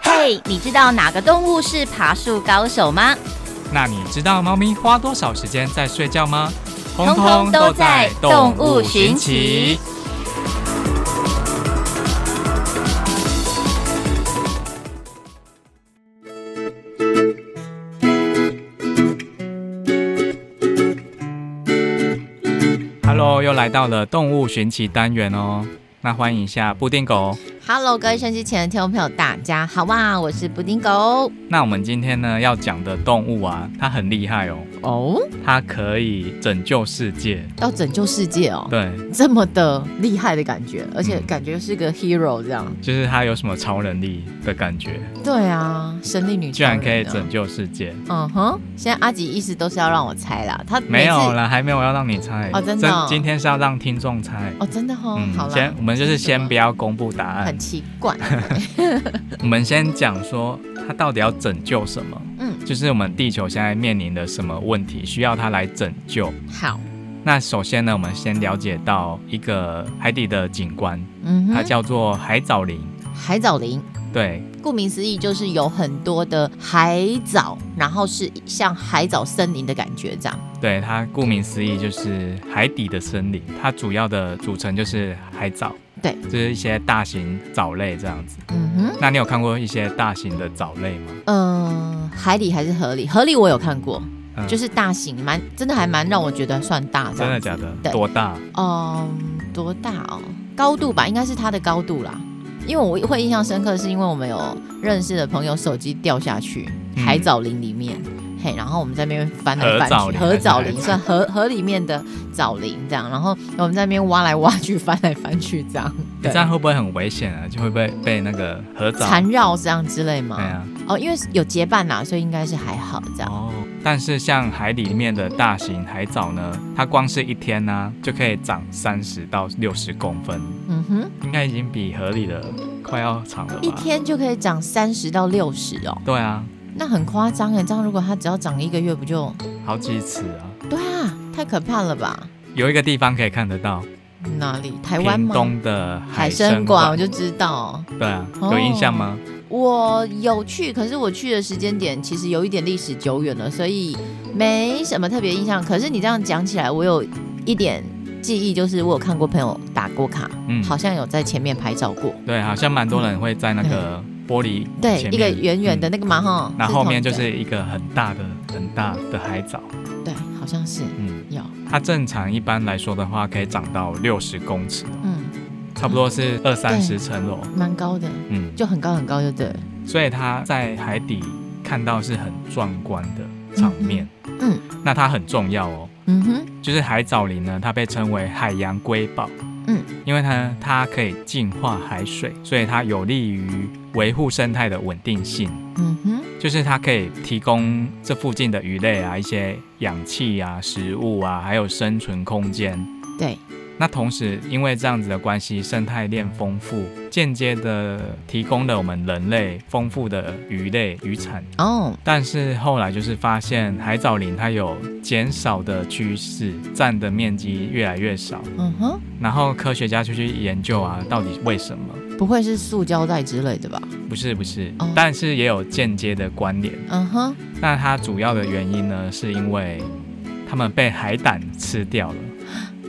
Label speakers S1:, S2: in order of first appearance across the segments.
S1: 嘿，你知道哪个动物是爬树高手吗？
S2: 那你知道猫咪花多少时间在睡觉吗？通
S1: 通都在动物寻奇。
S2: Hello，又来到了动物寻奇单元哦。那欢迎一下布丁狗。
S1: Hello，各位收机前的听众朋友，大家好哇！我是布丁狗
S2: 那我们今天呢要讲的动物啊，它很厉害哦，
S1: 哦，
S2: 它可以拯救世界。
S1: 要拯救世界哦，
S2: 对，
S1: 这么的厉害的感觉，而且
S2: 嗯
S1: 感觉是个 hero 这样。
S2: 就是它有什么超能力的感觉，
S1: 对啊，神力女
S2: 居
S1: 超人
S2: 然
S1: 啊
S2: 可以拯。救世界。
S1: 嗯哼，现在阿吉一直都是要让我猜啦，他每次
S2: 没有啦，还没有要让你
S1: 啊
S2: 猜
S1: 哦真的哦
S2: 今天是要让听众猜。嗯
S1: 哦，真的哦，好啦，
S2: 先我们就是先不
S1: 要，
S2: 要公布答案
S1: 很，奇 怪，
S2: 我们先讲说它到底要拯救什么。
S1: 嗯，
S2: 就是我们地球现在面临的什么问题，需要它来拯救。
S1: 好，
S2: 那首先呢，我们先了解到一个海底的景观，
S1: 嗯
S2: 它
S1: 哼，
S2: 叫做海藻林。
S1: 海藻林，
S2: 对，
S1: 顾名思义就是有很多的海藻，然后是像海藻森林的感觉这样。
S2: 对，它顾名思义就是海底的森林，它主要的组成就是海藻。
S1: 对
S2: 就是一些大型藻类这样子。
S1: 嗯哼，
S2: 那你有看过一些大型的藻类吗？
S1: 嗯、海里还是河里？河里我有看过，
S2: 嗯
S1: 就是大型，蛮真的还蛮让我觉得算大这
S2: 真的
S1: 样子。
S2: 假的？
S1: 对
S2: 多大？
S1: 嗯，多大哦？高度吧，应该是它的高度啦。因为我会印象深刻，是因为我们有认识的朋友手机掉下去、
S2: 嗯
S1: 海藻林里面，嘿，然后我们在那边翻来
S2: 河
S1: 翻去，
S2: 藻林
S1: 河
S2: 还是
S1: 藻
S2: 海
S1: 林
S2: 藻
S1: 算河河里面的藻林这样，然后我们在那边挖来挖去，翻来翻去这样，
S2: 你
S1: 对
S2: 这，样会不会很危险啊？就会被被那个河藻？
S1: 缠绕这样之类嘛。
S2: 对啊。
S1: 哦，因为有结伴啦，所以应该是还好这样。
S2: 哦，但是像海里面的大型海藻呢，它光是一天呢、就可以长三十到六十公分，
S1: 嗯哼，
S2: 应该已经比河里的快要长了吧？
S1: 一天就可以长三十到六十哦，
S2: 对啊，
S1: 那很夸张哎。这样如果它只要长一个月，不就
S2: 好几尺啊！
S1: 对啊，太可怕了吧？
S2: 有一个地方可以看得到，
S1: 哪里？台湾
S2: 屏
S1: 吗？
S2: 东的
S1: 海参
S2: 参
S1: 馆我就知道，
S2: 对啊，
S1: 哦
S2: 有印象吗？
S1: 我有去，可是我去的时间点其实有一点历史久远了，所以没什么特别印象。可是你这样讲起来，我有一点记忆，就是我有看过朋友打过卡，
S2: 嗯，
S1: 哦好像有在前面拍照过。
S2: 对，好像蛮多人会在那个玻璃
S1: 嗯对，
S2: 前面
S1: 一个圆圆的
S2: 嗯
S1: 那个嘛哈，
S2: 那后面就
S1: 同一
S2: 是一个很大的、很大的海藻。
S1: 个对，好像是
S2: 嗯，
S1: 有，
S2: 它正常一般来说的话，可以长到六十公尺，
S1: 嗯，
S2: 差不多是二三十层楼。
S1: 蛮高的，
S2: 嗯，
S1: 就很高很高，就对了。
S2: 所以它在海底看到是很壮观的场面。
S1: 嗯，
S2: 那它很重要哦，
S1: 嗯哼，
S2: 就是海藻林呢，它被称为海洋瑰宝。
S1: 嗯，
S2: 因为它它可以净化海水，所以它有利于维护生态的稳定性。
S1: 嗯哼，
S2: 就是它可以提供这附近的鱼类啊一些氧气啊、食物啊，还有生存空间。
S1: 对，
S2: 那同时，因为这样子的关系，生态链丰富，间接的提供了我们人类丰富的鱼类渔产。
S1: 哦，
S2: 但是后来就是发现海藻林它有减少的趋势，占的面积越来越少。
S1: 嗯哼，
S2: 然后科学家就去研究啊，到底为什么？
S1: 不会是塑胶袋之类的吧？
S2: 不是不是
S1: 哦，
S2: 但是也有间接的关联。
S1: 嗯哼，
S2: 那它主要的原因呢，是因为它们被海胆吃掉 了，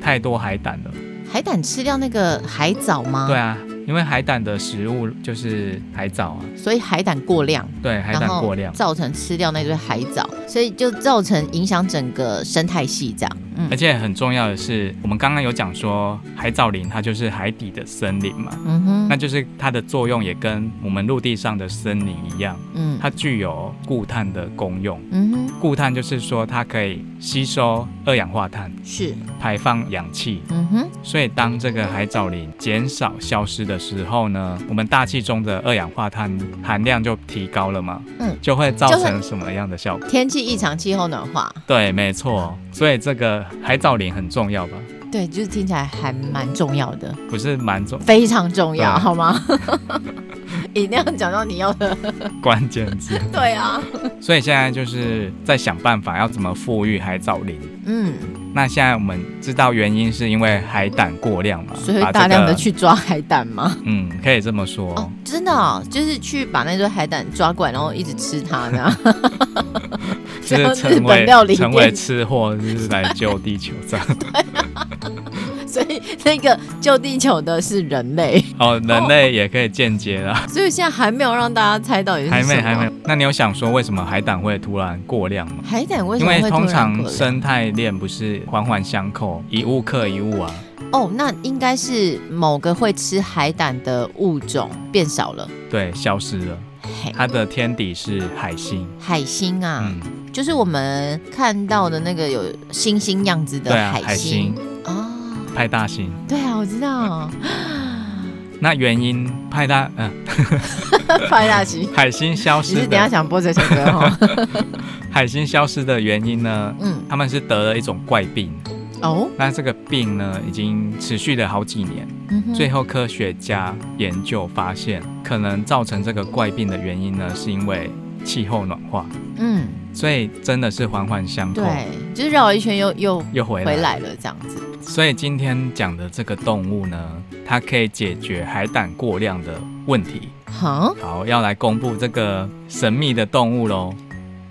S2: 太多海胆了。
S1: 海胆吃掉那个海藻吗？
S2: 对啊，因为海胆的食物就是海藻啊，
S1: 所以海胆过量，
S2: 对，海
S1: 然
S2: 胆
S1: 后
S2: 过量，
S1: 造成吃掉那堆海藻，所以就造成影响整个生态系这样。嗯
S2: 而且很重要的是，我们刚刚有讲说海藻林它就是海底的森林嘛，
S1: 嗯
S2: 那
S1: 哼，
S2: 就是它的作用也跟我们陆地上的森林一样，
S1: 嗯
S2: 它具有固碳的功用。
S1: 嗯哼，
S2: 固碳就是说它可以吸收二氧化碳，
S1: 是，
S2: 排放氧气，
S1: 嗯哼，
S2: 所以，当这个海藻林减少消失的时候呢，我们大气中的二氧化碳含量就提高了嘛，
S1: 嗯
S2: 就会造
S1: 就
S2: 成什么样的效果？
S1: 天气异常，气候暖化，
S2: 对，没错。所以这个海藻林很重要吧？
S1: 对，就是听起来还蛮重要的，
S2: 不是蛮重
S1: 非常重要，
S2: 对啊
S1: 好吗？ 一定要讲到你要的，
S2: 关键字。
S1: 对啊，
S2: 所以现在就是在想办法要怎么富裕海藻林。
S1: 嗯，
S2: 那现在我们知道原因是因为海胆过量嘛，
S1: 所以
S2: 把
S1: 会
S2: 这
S1: 大量的
S2: 个
S1: 去抓海胆吗？
S2: 嗯，可以这么说。
S1: 哦，真的、哦，就是去把那堆海胆抓过来，然后一直吃它 呢。
S2: 就
S1: 像
S2: 是
S1: 日
S2: 成
S1: 本
S2: 为
S1: 料理
S2: 成为
S1: 店，
S2: 吃货，就是来救地球这样。
S1: 所以那个救地球的是人类，
S2: 哦，人类也可以间接啦，
S1: 所以现在还没有让大家猜到底是
S2: 还
S1: 哦
S2: 没
S1: 什么
S2: 还没有。那你有想说为什么海胆会突然过量吗？
S1: 海胆为什
S2: 因
S1: 么
S2: 为
S1: 会
S2: 通
S1: 突然
S2: 常
S1: 过来？
S2: 生态链不是环环相扣，一物克一物啊。
S1: 哦，那应该是某个会吃海胆的物种变少了，
S2: 对，消失了，
S1: 嘿，
S2: 它的天敌是海星。
S1: 海星啊。
S2: 嗯，
S1: 就是我们看到的那个有星星样子的
S2: 对啊，
S1: 海
S2: 海
S1: 星
S2: 星、
S1: 哦，
S2: 派大星。
S1: 对啊，我知 道，
S2: 那原因派大嗯、
S1: 派大星。
S2: 海星消
S1: 你是
S2: 失
S1: 等一下
S2: 的
S1: 想播这首歌 哦？
S2: 海星消失的原因呢？
S1: 嗯，
S2: 他们是得了一种怪病，
S1: 哦，
S2: 那这个病呢已经持续了好几年。
S1: 嗯哼
S2: 最后，科学家研究发现，可能造成这个怪病的原因呢，是因为气候暖化，
S1: 嗯，
S2: 所以真的是环环相扣，
S1: 对，就是绕了一圈又又
S2: 又回来。
S1: 回来了这样子。
S2: 所以今天讲的这个动物呢，它可以解决海胆过量的问题。
S1: 哈，
S2: 好，要来公布这个神秘的动物喽。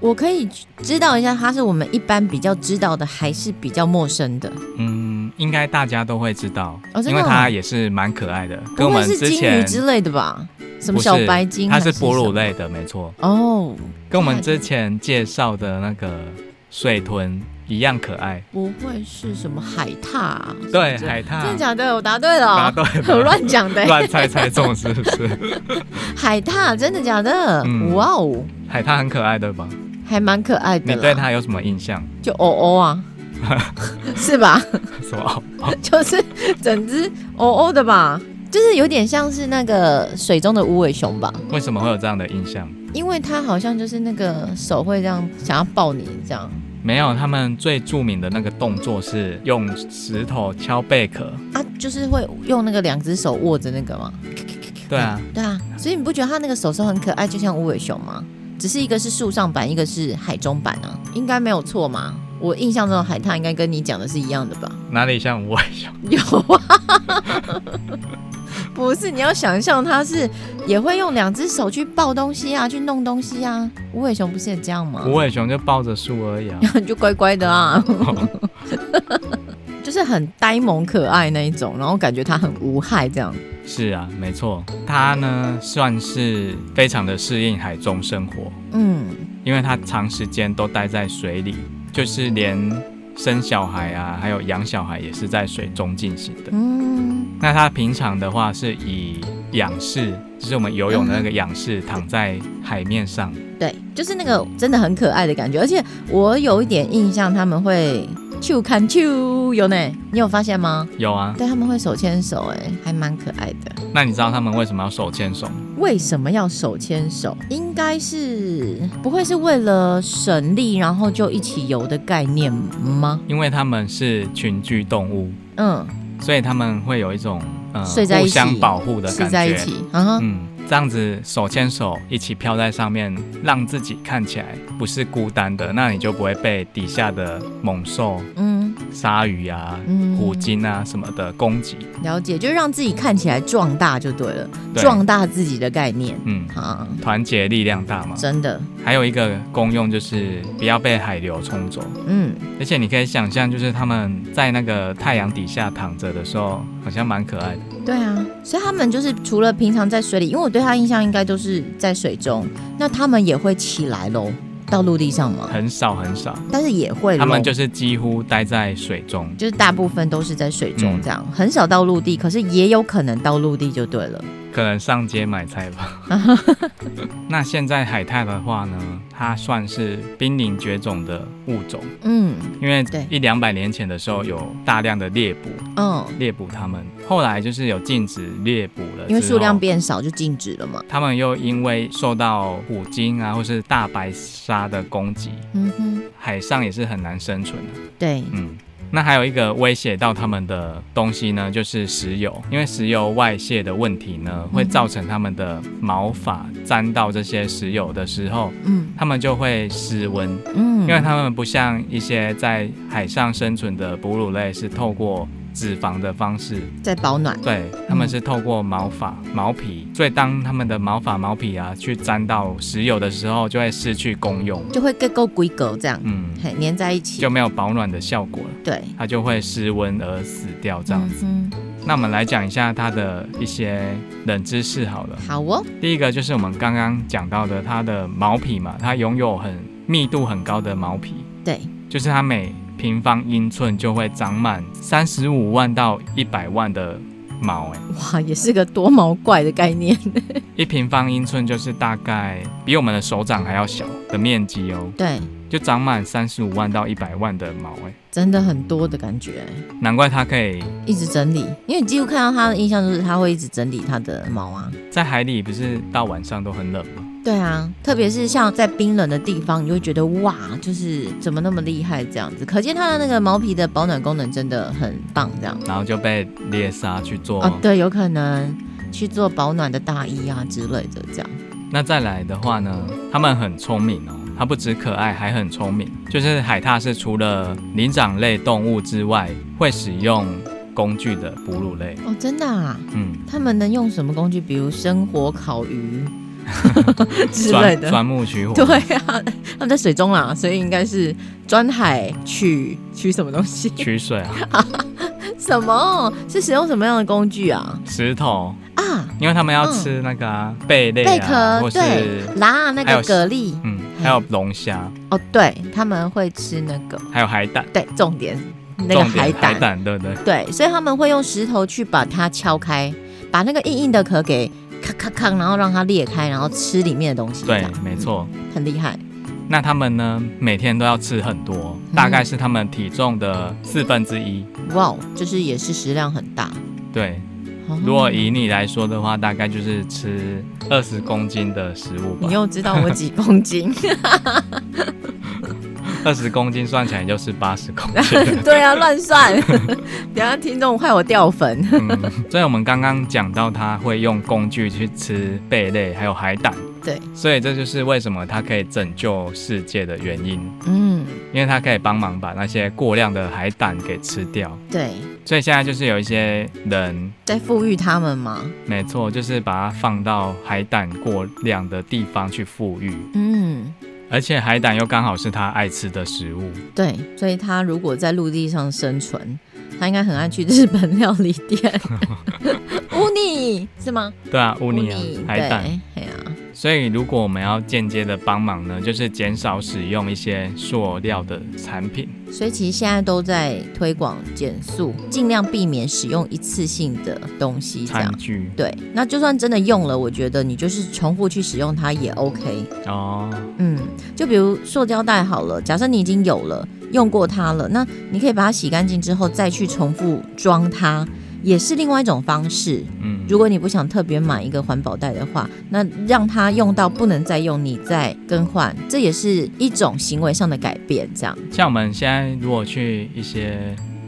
S1: 我可以知道一下，它是我们一般比较知道的，还是比较陌生的？
S2: 嗯，应该大家都会知道，
S1: 哦真的哦
S2: 因为它也是蛮可爱的，
S1: 不
S2: 跟我
S1: 会
S2: 们
S1: 是
S2: 之
S1: 金鱼
S2: 前
S1: 之类的吧？什么
S2: 不
S1: 小
S2: 是
S1: 白啊鲸还
S2: 它
S1: 什么？
S2: 是哺乳类的，没错。
S1: 哦，
S2: 跟我们
S1: 看
S2: 之前介绍的那个水豚一样可爱。
S1: 不会是什么海獭啊？
S2: 对，
S1: 是不是
S2: 海
S1: 真的
S2: 獭。
S1: 假的？我答对了哦、
S2: 答对吧
S1: 我乱欸讲的、
S2: 乱猜猜中是不是？
S1: 海獭真的假的？
S2: 嗯
S1: 哇哦，
S2: 海獭很可爱，对吧？
S1: 还蛮可爱的
S2: 你
S1: 啦。
S2: 对它有什么印象？
S1: 就哦哦啊，是吧？
S2: 什么？
S1: 就是 整只哦哦的吧，就是有点像是那个水中的无尾熊吧，
S2: 为什么会有这样的印象？
S1: 因为它好像就是那个手会这样想要抱你这样
S2: 没有，他们最著名的那个动作是用石头敲贝壳。
S1: 啊，就是会用那个两只手握着那个嘛。
S2: 对啊，
S1: 对啊，所以你不觉得它那个手手很可爱，就像无尾熊吗？只是一个是树上版，一个是海中版啊，应该没有错嘛。我印象中的海獭应该跟你讲的是一样的吧？
S2: 哪里像无尾熊？
S1: 有啊，不是你要想象它是也会用两只手去抱东西啊，去弄东西啊。无尾熊不是也这样吗
S2: 无？尾熊就抱着树而已啊。
S1: 然后你 就乖乖的啊，就是很呆萌可爱那一种，然后感觉它很无害这样。
S2: 是啊，没错，它呢算是非常的适应海中生活。
S1: 嗯，
S2: 因为它长时间都待在水里，就是连生小孩啊，还有养小孩也是在水中进行的。
S1: 嗯，
S2: 那它平常的话是以仰视，就是我们游泳的那个仰视，躺在海面上。
S1: 对，就是那个真的很可爱的感觉，而且我有一点印象，他们会啾看啾，有呢，你有发现吗？
S2: 有啊，
S1: 对，他们会手牵手、哎，还蛮可爱的。
S2: 那你知道他们为什么要手牵手吗？
S1: 为什么要手牵手？应该是不会是为了省力，然后就一起游的概念吗？
S2: 因为他们是群居动物，
S1: 嗯，
S2: 所以他们会有一种呃
S1: 睡在一
S2: 互
S1: 起
S2: 相保护的感
S1: 是
S2: 觉。
S1: 在一起啊、
S2: 嗯，这样子手牵手一起飘在上面，让自己看起来不是孤单的，那你就不会被底下的猛兽、
S1: 嗯
S2: 鲨鱼啊、
S1: 嗯
S2: 虎鲸啊什么的攻击。
S1: 了解，就让自己看起来壮大就对了，
S2: 对
S1: 壮大自己的概念
S2: 嗯，
S1: 啊，
S2: 团结力量大嘛。
S1: 真的，
S2: 还有一个功用就是不要被海流冲走，
S1: 嗯，
S2: 而且你可以想象，就是他们在那个太阳底下躺着的时候，好像蛮可爱的。
S1: 对啊，所以他们就是除了平常在水里，因为我对他印象应该都是在水中，那他们也会起来喽，到陆地上嘛，
S2: 很少很少，
S1: 但是也会咯，
S2: 他们就是几乎待在水中。
S1: 就是大部分都是在水中
S2: 嗯
S1: 这样，很少到陆地，可是也有可能到陆地就对了。
S2: 可能上街买菜 吧。那现在海泰的话呢，它算是濒临绝种的物种，
S1: 嗯
S2: 因为
S1: 对
S2: 一两百年前的时候有大量的猎捕，
S1: 嗯，
S2: 猎捕它们，后来就是有禁止猎捕了，
S1: 因为数量。变少就禁止了嘛。
S2: 他们又因为受到虎鲸啊，或是大白鲨的攻击，
S1: 嗯哼，
S2: 海上也是很难生存的、
S1: 对，
S2: 嗯，那还有一个威胁到他们的东西呢，就是石油，因为石油外泄的问题呢，会造成他们的毛发沾到这些石油的时候，
S1: 嗯
S2: 他们就会失温，
S1: 嗯，
S2: 因为他们不像一些在海上生存的哺乳类是透过脂肪的方式，
S1: 在保暖，
S2: 对，他们是透过毛发、毛皮，所以当他们的毛发、毛皮啊去沾到石油的时候，就会失去功用，
S1: 就会更够规格这样，
S2: 嗯，
S1: 嘿，粘在一起
S2: 就，没有保暖的效果了，
S1: 对，
S2: 它就会失温而死掉这样子。
S1: 嗯
S2: 那我们来讲一下它的一些冷知识好了
S1: 哼，。好哦，
S2: 第一个就是我们刚刚讲到的，它的毛皮嘛，它拥有很密度很高的毛皮，
S1: 对，
S2: 就是它每平方英寸就会长满三十五万到一百万的毛、哎，
S1: 哇，也是个多毛怪的概 念，
S2: 一平方英寸就是大概比我们的手掌还要小的面积哦，
S1: 对，
S2: 就长满三十五万到一百万的毛、
S1: 真的很多的感觉，
S2: 哎，难怪它可以
S1: 一直整理，因为你几乎看到它的印象就是它会一直整理它的毛啊，
S2: 在海里不是到晚上都很冷吗？
S1: 对啊，特别是像在冰冷的地方，你就会觉得哇，就是怎么那么厉害这样子，可见它的那个毛皮的保暖功能真的很棒，这样
S2: 然后就被猎杀去做
S1: 啊，对，有可能去做保暖的大衣啊之类的，这样
S2: 那再来的话呢，他们很聪明哦，它不止可爱，还很聪明。就是海獭是除了灵长类动物之外，会使用工具的哺乳类。
S1: 哦，真的啊，
S2: 嗯，
S1: 他们能用什么工具？比如生火烤 鱼之类的。
S2: 钻 木取火。
S1: 对啊，他们在水中啦，所以应该是专海取取什么东 西？
S2: 取水啊，
S1: 什么？是使用什么样的工具啊？
S2: 石头，
S1: 啊，
S2: 因为他们要吃那个、啊贝类
S1: 贝
S2: 啊，
S1: 壳
S2: 或
S1: 对
S2: 是，
S1: 啦，那
S2: 还有
S1: 个蛤蜊
S2: 嗯，还有龙虾，
S1: 哦，对，他们会吃那个，
S2: 还有海胆，
S1: 对，重点那个
S2: 重点
S1: 海胆，
S2: 海胆对不对？
S1: 对，所以他们会用石头去把它敲开，把那个硬硬的壳给咔咔咔，然后让它裂开，然后吃里面的东西，这
S2: 对
S1: 样，
S2: 没错。
S1: 很厉害。
S2: 那他们呢，每天都要吃很多，
S1: 嗯
S2: 大概是他们体重的四分之一。
S1: 哇哦，就是也是食量很大。
S2: 对，
S1: 哦
S2: 如果以你来说的话，大概就是吃二十公斤的食物吧
S1: 你。又知道我几公斤？
S2: 二十公斤算起来就是八十公斤。
S1: 对啊，乱算。 等下听众害我掉粉。
S2: 嗯，所以我们刚刚讲到，它会用工具去吃贝类，还有海胆。
S1: 对，
S2: 所以这就是为什么它可以拯救世界的原因，
S1: 嗯，
S2: 因为它可以帮忙把那些过量的海胆给吃掉。
S1: 对，
S2: 所以现在就是有一些人，
S1: 在富裕他们嘛。
S2: 没错，就是把它放到海胆过量的地方去富裕，
S1: 嗯，
S2: 而且海胆又刚好是它爱吃的食物。
S1: 对，所以他如果在陆地上生存，他应该很爱去日本料理 店。乌尼是吗？
S2: 对啊，乌尼啊
S1: 乌，
S2: 海胆。
S1: 对，哎呀、
S2: 所以如果我们要间接的帮忙呢，就是减少使用一些塑料的产品。
S1: 所以其实现在都在推广减速，尽量避免使用一次性的东西，这
S2: 餐
S1: 样。
S2: 具
S1: 对，那就算真的用了，我觉得你就是重复去使用它也 OK。
S2: 哦，
S1: 嗯，就比如塑胶袋好了，假设你已经有了用过它了，那你可以把它洗干净之后再去重复装它，也是另外一种方式。
S2: 嗯，
S1: 如果你不想特别买一个环保袋的话，那让它用到不能再用，你再更换，这也是一种行为上的改变。这样，
S2: 像我们现在如果去一些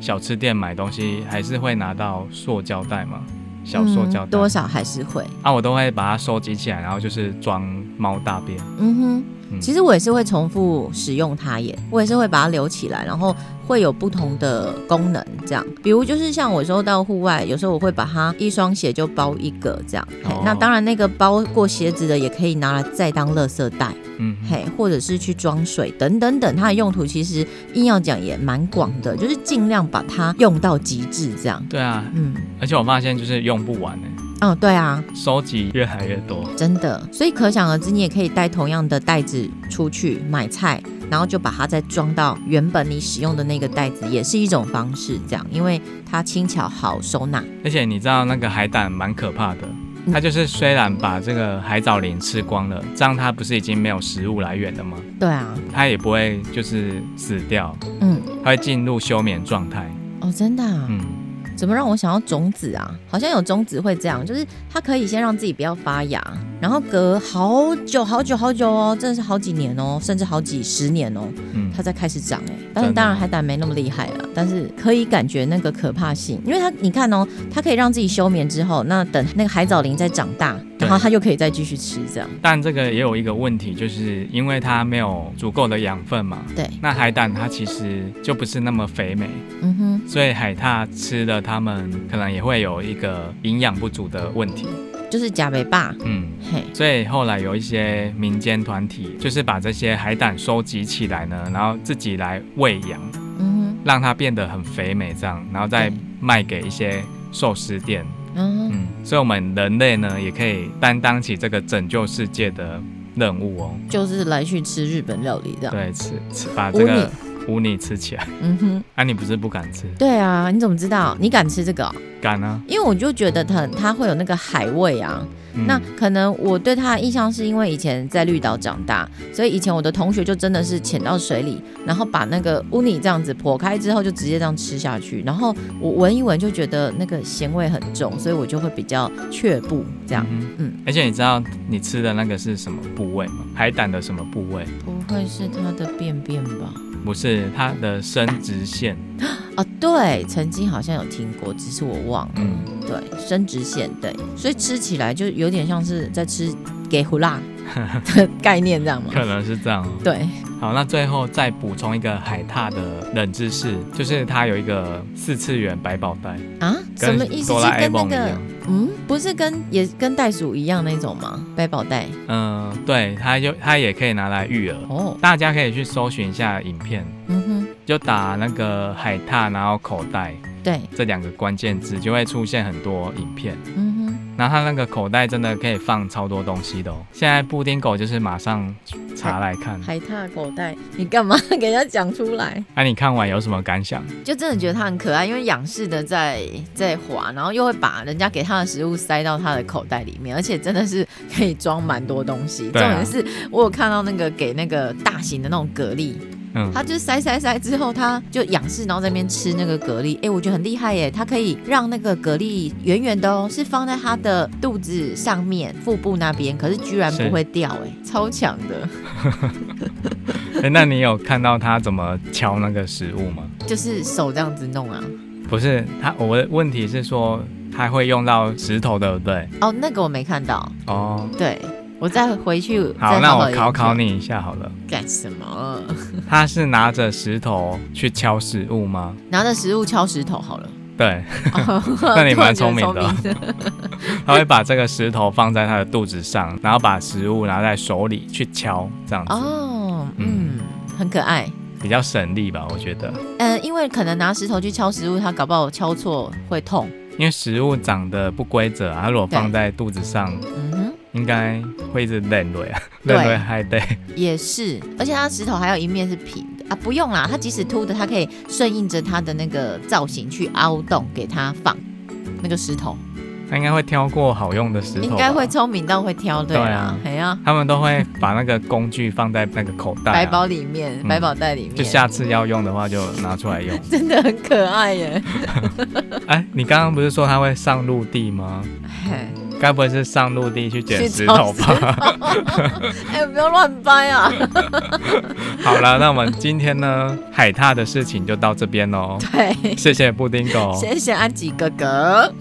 S2: 小吃店买东西，还是会拿到塑胶袋嘛，小塑胶
S1: 嗯
S2: 袋、
S1: 多少还是会。
S2: 啊，我都会把它收集起来，然后就是装猫大便。
S1: 嗯哼，
S2: 嗯
S1: 其实我也是会重复使用它耶，我也是会把它留起来，然后会有不同的功能这样。比如就是像我说到户外，有时候我会把它一双鞋就包一个这样。嘿
S2: 哦
S1: 那当然那个包过鞋子的也可以拿来再当垃圾袋，
S2: 嗯，
S1: 嘿，或者是去装水等等等，它的用途其实硬要讲也蛮广的，就是尽量把它用到极致这样。
S2: 对啊，
S1: 嗯，
S2: 而且我发现就是用不完哎、
S1: 哦，对啊，
S2: 收集越来越多。
S1: 真的，所以可想而知，你也可以带同样的袋子出去买菜，然后就把它再装到原本你使用的那个袋子，也是一种方式。这样，因为它轻巧好收纳。
S2: 而且你知道那个海胆蛮可怕的，
S1: 嗯
S2: 它就是虽然把这个海藻林吃光了，这样它不是已经没有食物来源了吗？
S1: 对啊，
S2: 它也不会就是死掉，
S1: 嗯，
S2: 它会进入休眠状态。
S1: 哦，真的、啊，
S2: 嗯，
S1: 怎么让我想要种子啊？好像有种子会这样，就是它可以先让自己不要发芽，然后隔好久好久好久哦，真的是好几年哦，甚至好几十年哦，
S2: 嗯
S1: 它才开始长哎、但
S2: 真
S1: 是
S2: 的哦
S1: 当然海胆没那么厉害了，但是可以感觉那个可怕性，因为它你看哦，它可以让自己休眠之后，那等那个海藻林再长大，
S2: 对
S1: 然后它就可以再继续吃这样。
S2: 但这个也有一个问题，就是因为它没有足够的养分嘛，
S1: 对，
S2: 那海胆它其实就不是那么肥美，
S1: 嗯哼，
S2: 所以海獭吃了它们可能也会有一个营养不足的问题。
S1: 就是假北霸，
S2: 嗯，
S1: 嘿，
S2: 所以后来有一些民间团体就是把这些海胆收集起来呢，然后自己来喂养，
S1: 嗯
S2: 让它变得很肥美，这样，然后再
S1: 对
S2: 卖给一些寿司店。
S1: 哼，嗯哼。
S2: 嗯，所以我们人类呢，也可以担当起这个拯救世界的任务哦。
S1: 就是来去吃日本料理这样。
S2: 对，吃吃把这个污泥吃起来。
S1: 嗯哼，
S2: 啊，你不是不敢吃？
S1: 对啊，你怎么知道？你敢吃这个哦、
S2: 敢啊。
S1: 因为我就觉得它它会有那个海味啊。
S2: 嗯、
S1: 那可能我对它的印象是因为以前在绿岛长大，所以以前我的同学就真的是潜到水里，然后把那个乌尼这样子剖开之后就直接这样吃下去，然后我闻一闻就觉得那个咸味很重，所以我就会比较却步这样。
S2: 嗯哼
S1: 嗯
S2: 而且你知道你吃的那个是什么部位吗？海胆的什么部位？
S1: 不会是它的便便吧？
S2: 不是它的生殖腺。
S1: 哦，对，曾经好像有听过，只是我忘了。
S2: 嗯
S1: 对，生殖腺，对，所以吃起来就有点像是在 吃给胡辣的概念，这样吗？
S2: 可能是这样、哦。
S1: 对，
S2: 好，那最后再补充一个海獭的冷知识，就是它有一个四次元百宝袋，
S1: 啊，什
S2: 跟
S1: 么意思？
S2: 哆
S1: 是
S2: 啦 A
S1: 跟那
S2: 梦一
S1: 个
S2: 样。
S1: 嗯，不是跟也跟袋鼠一样那种吗？百宝袋
S2: 嗯、对，它就它也可以拿来育儿。
S1: 哦，
S2: 大家可以去搜寻一下影片，
S1: 嗯哼，
S2: 就打那个海獭，然后口袋
S1: 对，
S2: 这两个关键字，就会出现很多影片。
S1: 嗯哼，
S2: 然后它那个口袋真的可以放超多东西的哦。现在布丁狗就是马上查来看，
S1: 海獭口袋，你干嘛 给人家讲出来？
S2: 那、哎你看完有什么感想？
S1: 就真的觉得它很可爱，因为仰视的在在滑，然后又会把人家给它的食物塞到它的口袋里面，而且真的是可以装蛮多东西。重
S2: 对啊
S1: 点是我有看到那个给那个大型的那种蛤蜊，
S2: 嗯，
S1: 它就是塞塞塞之后，它就仰视，然后在那边吃那个蛤蜊。哎、我觉得很厉害耶，它可以让那个蛤蜊圆圆的哦，是放在它的肚子上面、腹部那边，可是居然
S2: 是
S1: 不会掉，哎，超强的。
S2: 诶哎那你有看到它怎么敲那个食物吗？
S1: 就是手这样子弄啊，
S2: 不是，它我的问题是说它会用到石头，对不对？
S1: 哦，那个我没看到，
S2: 哦，
S1: 对我再回去
S2: 好，
S1: 再
S2: 那
S1: 好好
S2: 我考
S1: 研究
S2: 考你一下好了，
S1: 干什么？
S2: 它是拿着石头去敲食物吗？
S1: 拿着食物敲石头 好了。 哦
S2: 对，
S1: 那
S2: 你蛮聪明的
S1: 明的。
S2: 它会把这个石头放在它的肚子上，然后把食物拿在手里去敲，这样子、
S1: 哦，嗯，很可爱。
S2: 比较省力吧，我觉得。
S1: 呃，因为可能拿石头去敲食物，它搞不好敲错会痛。
S2: 因为食物长得不规则啊，它如果放在肚子上，
S1: 嗯哼。
S2: 应该会一直冷落啊，
S1: 对
S2: 冷落还得
S1: 也是，而且它石头还有一面是平的啊，不用啦，它即使凸的，它可以顺应着它的那个造型去凹洞给它放那个石头，
S2: 它应该会挑过好用的石头吧，
S1: 应该会聪明到会挑对
S2: 对
S1: 啦
S2: 啊，
S1: 哎呀、
S2: 他们都会把那个工具放在那个口袋、啊，
S1: 百宝里面，
S2: 嗯
S1: 百宝袋里面，
S2: 就下次要用的话就拿出来用。
S1: 真的很可爱耶，
S2: 哎，你刚刚不是说它会上陆地吗？
S1: 嘿
S2: 该不会是上陆地去捡
S1: 去
S2: 石
S1: 找
S2: 头
S1: 石
S2: 吧？
S1: 哎、不要乱掰啊，
S2: 好了，那我们今天呢海獭的事情就到这边喽。
S1: 对，
S2: 谢谢布丁狗，
S1: 谢谢安吉哥哥。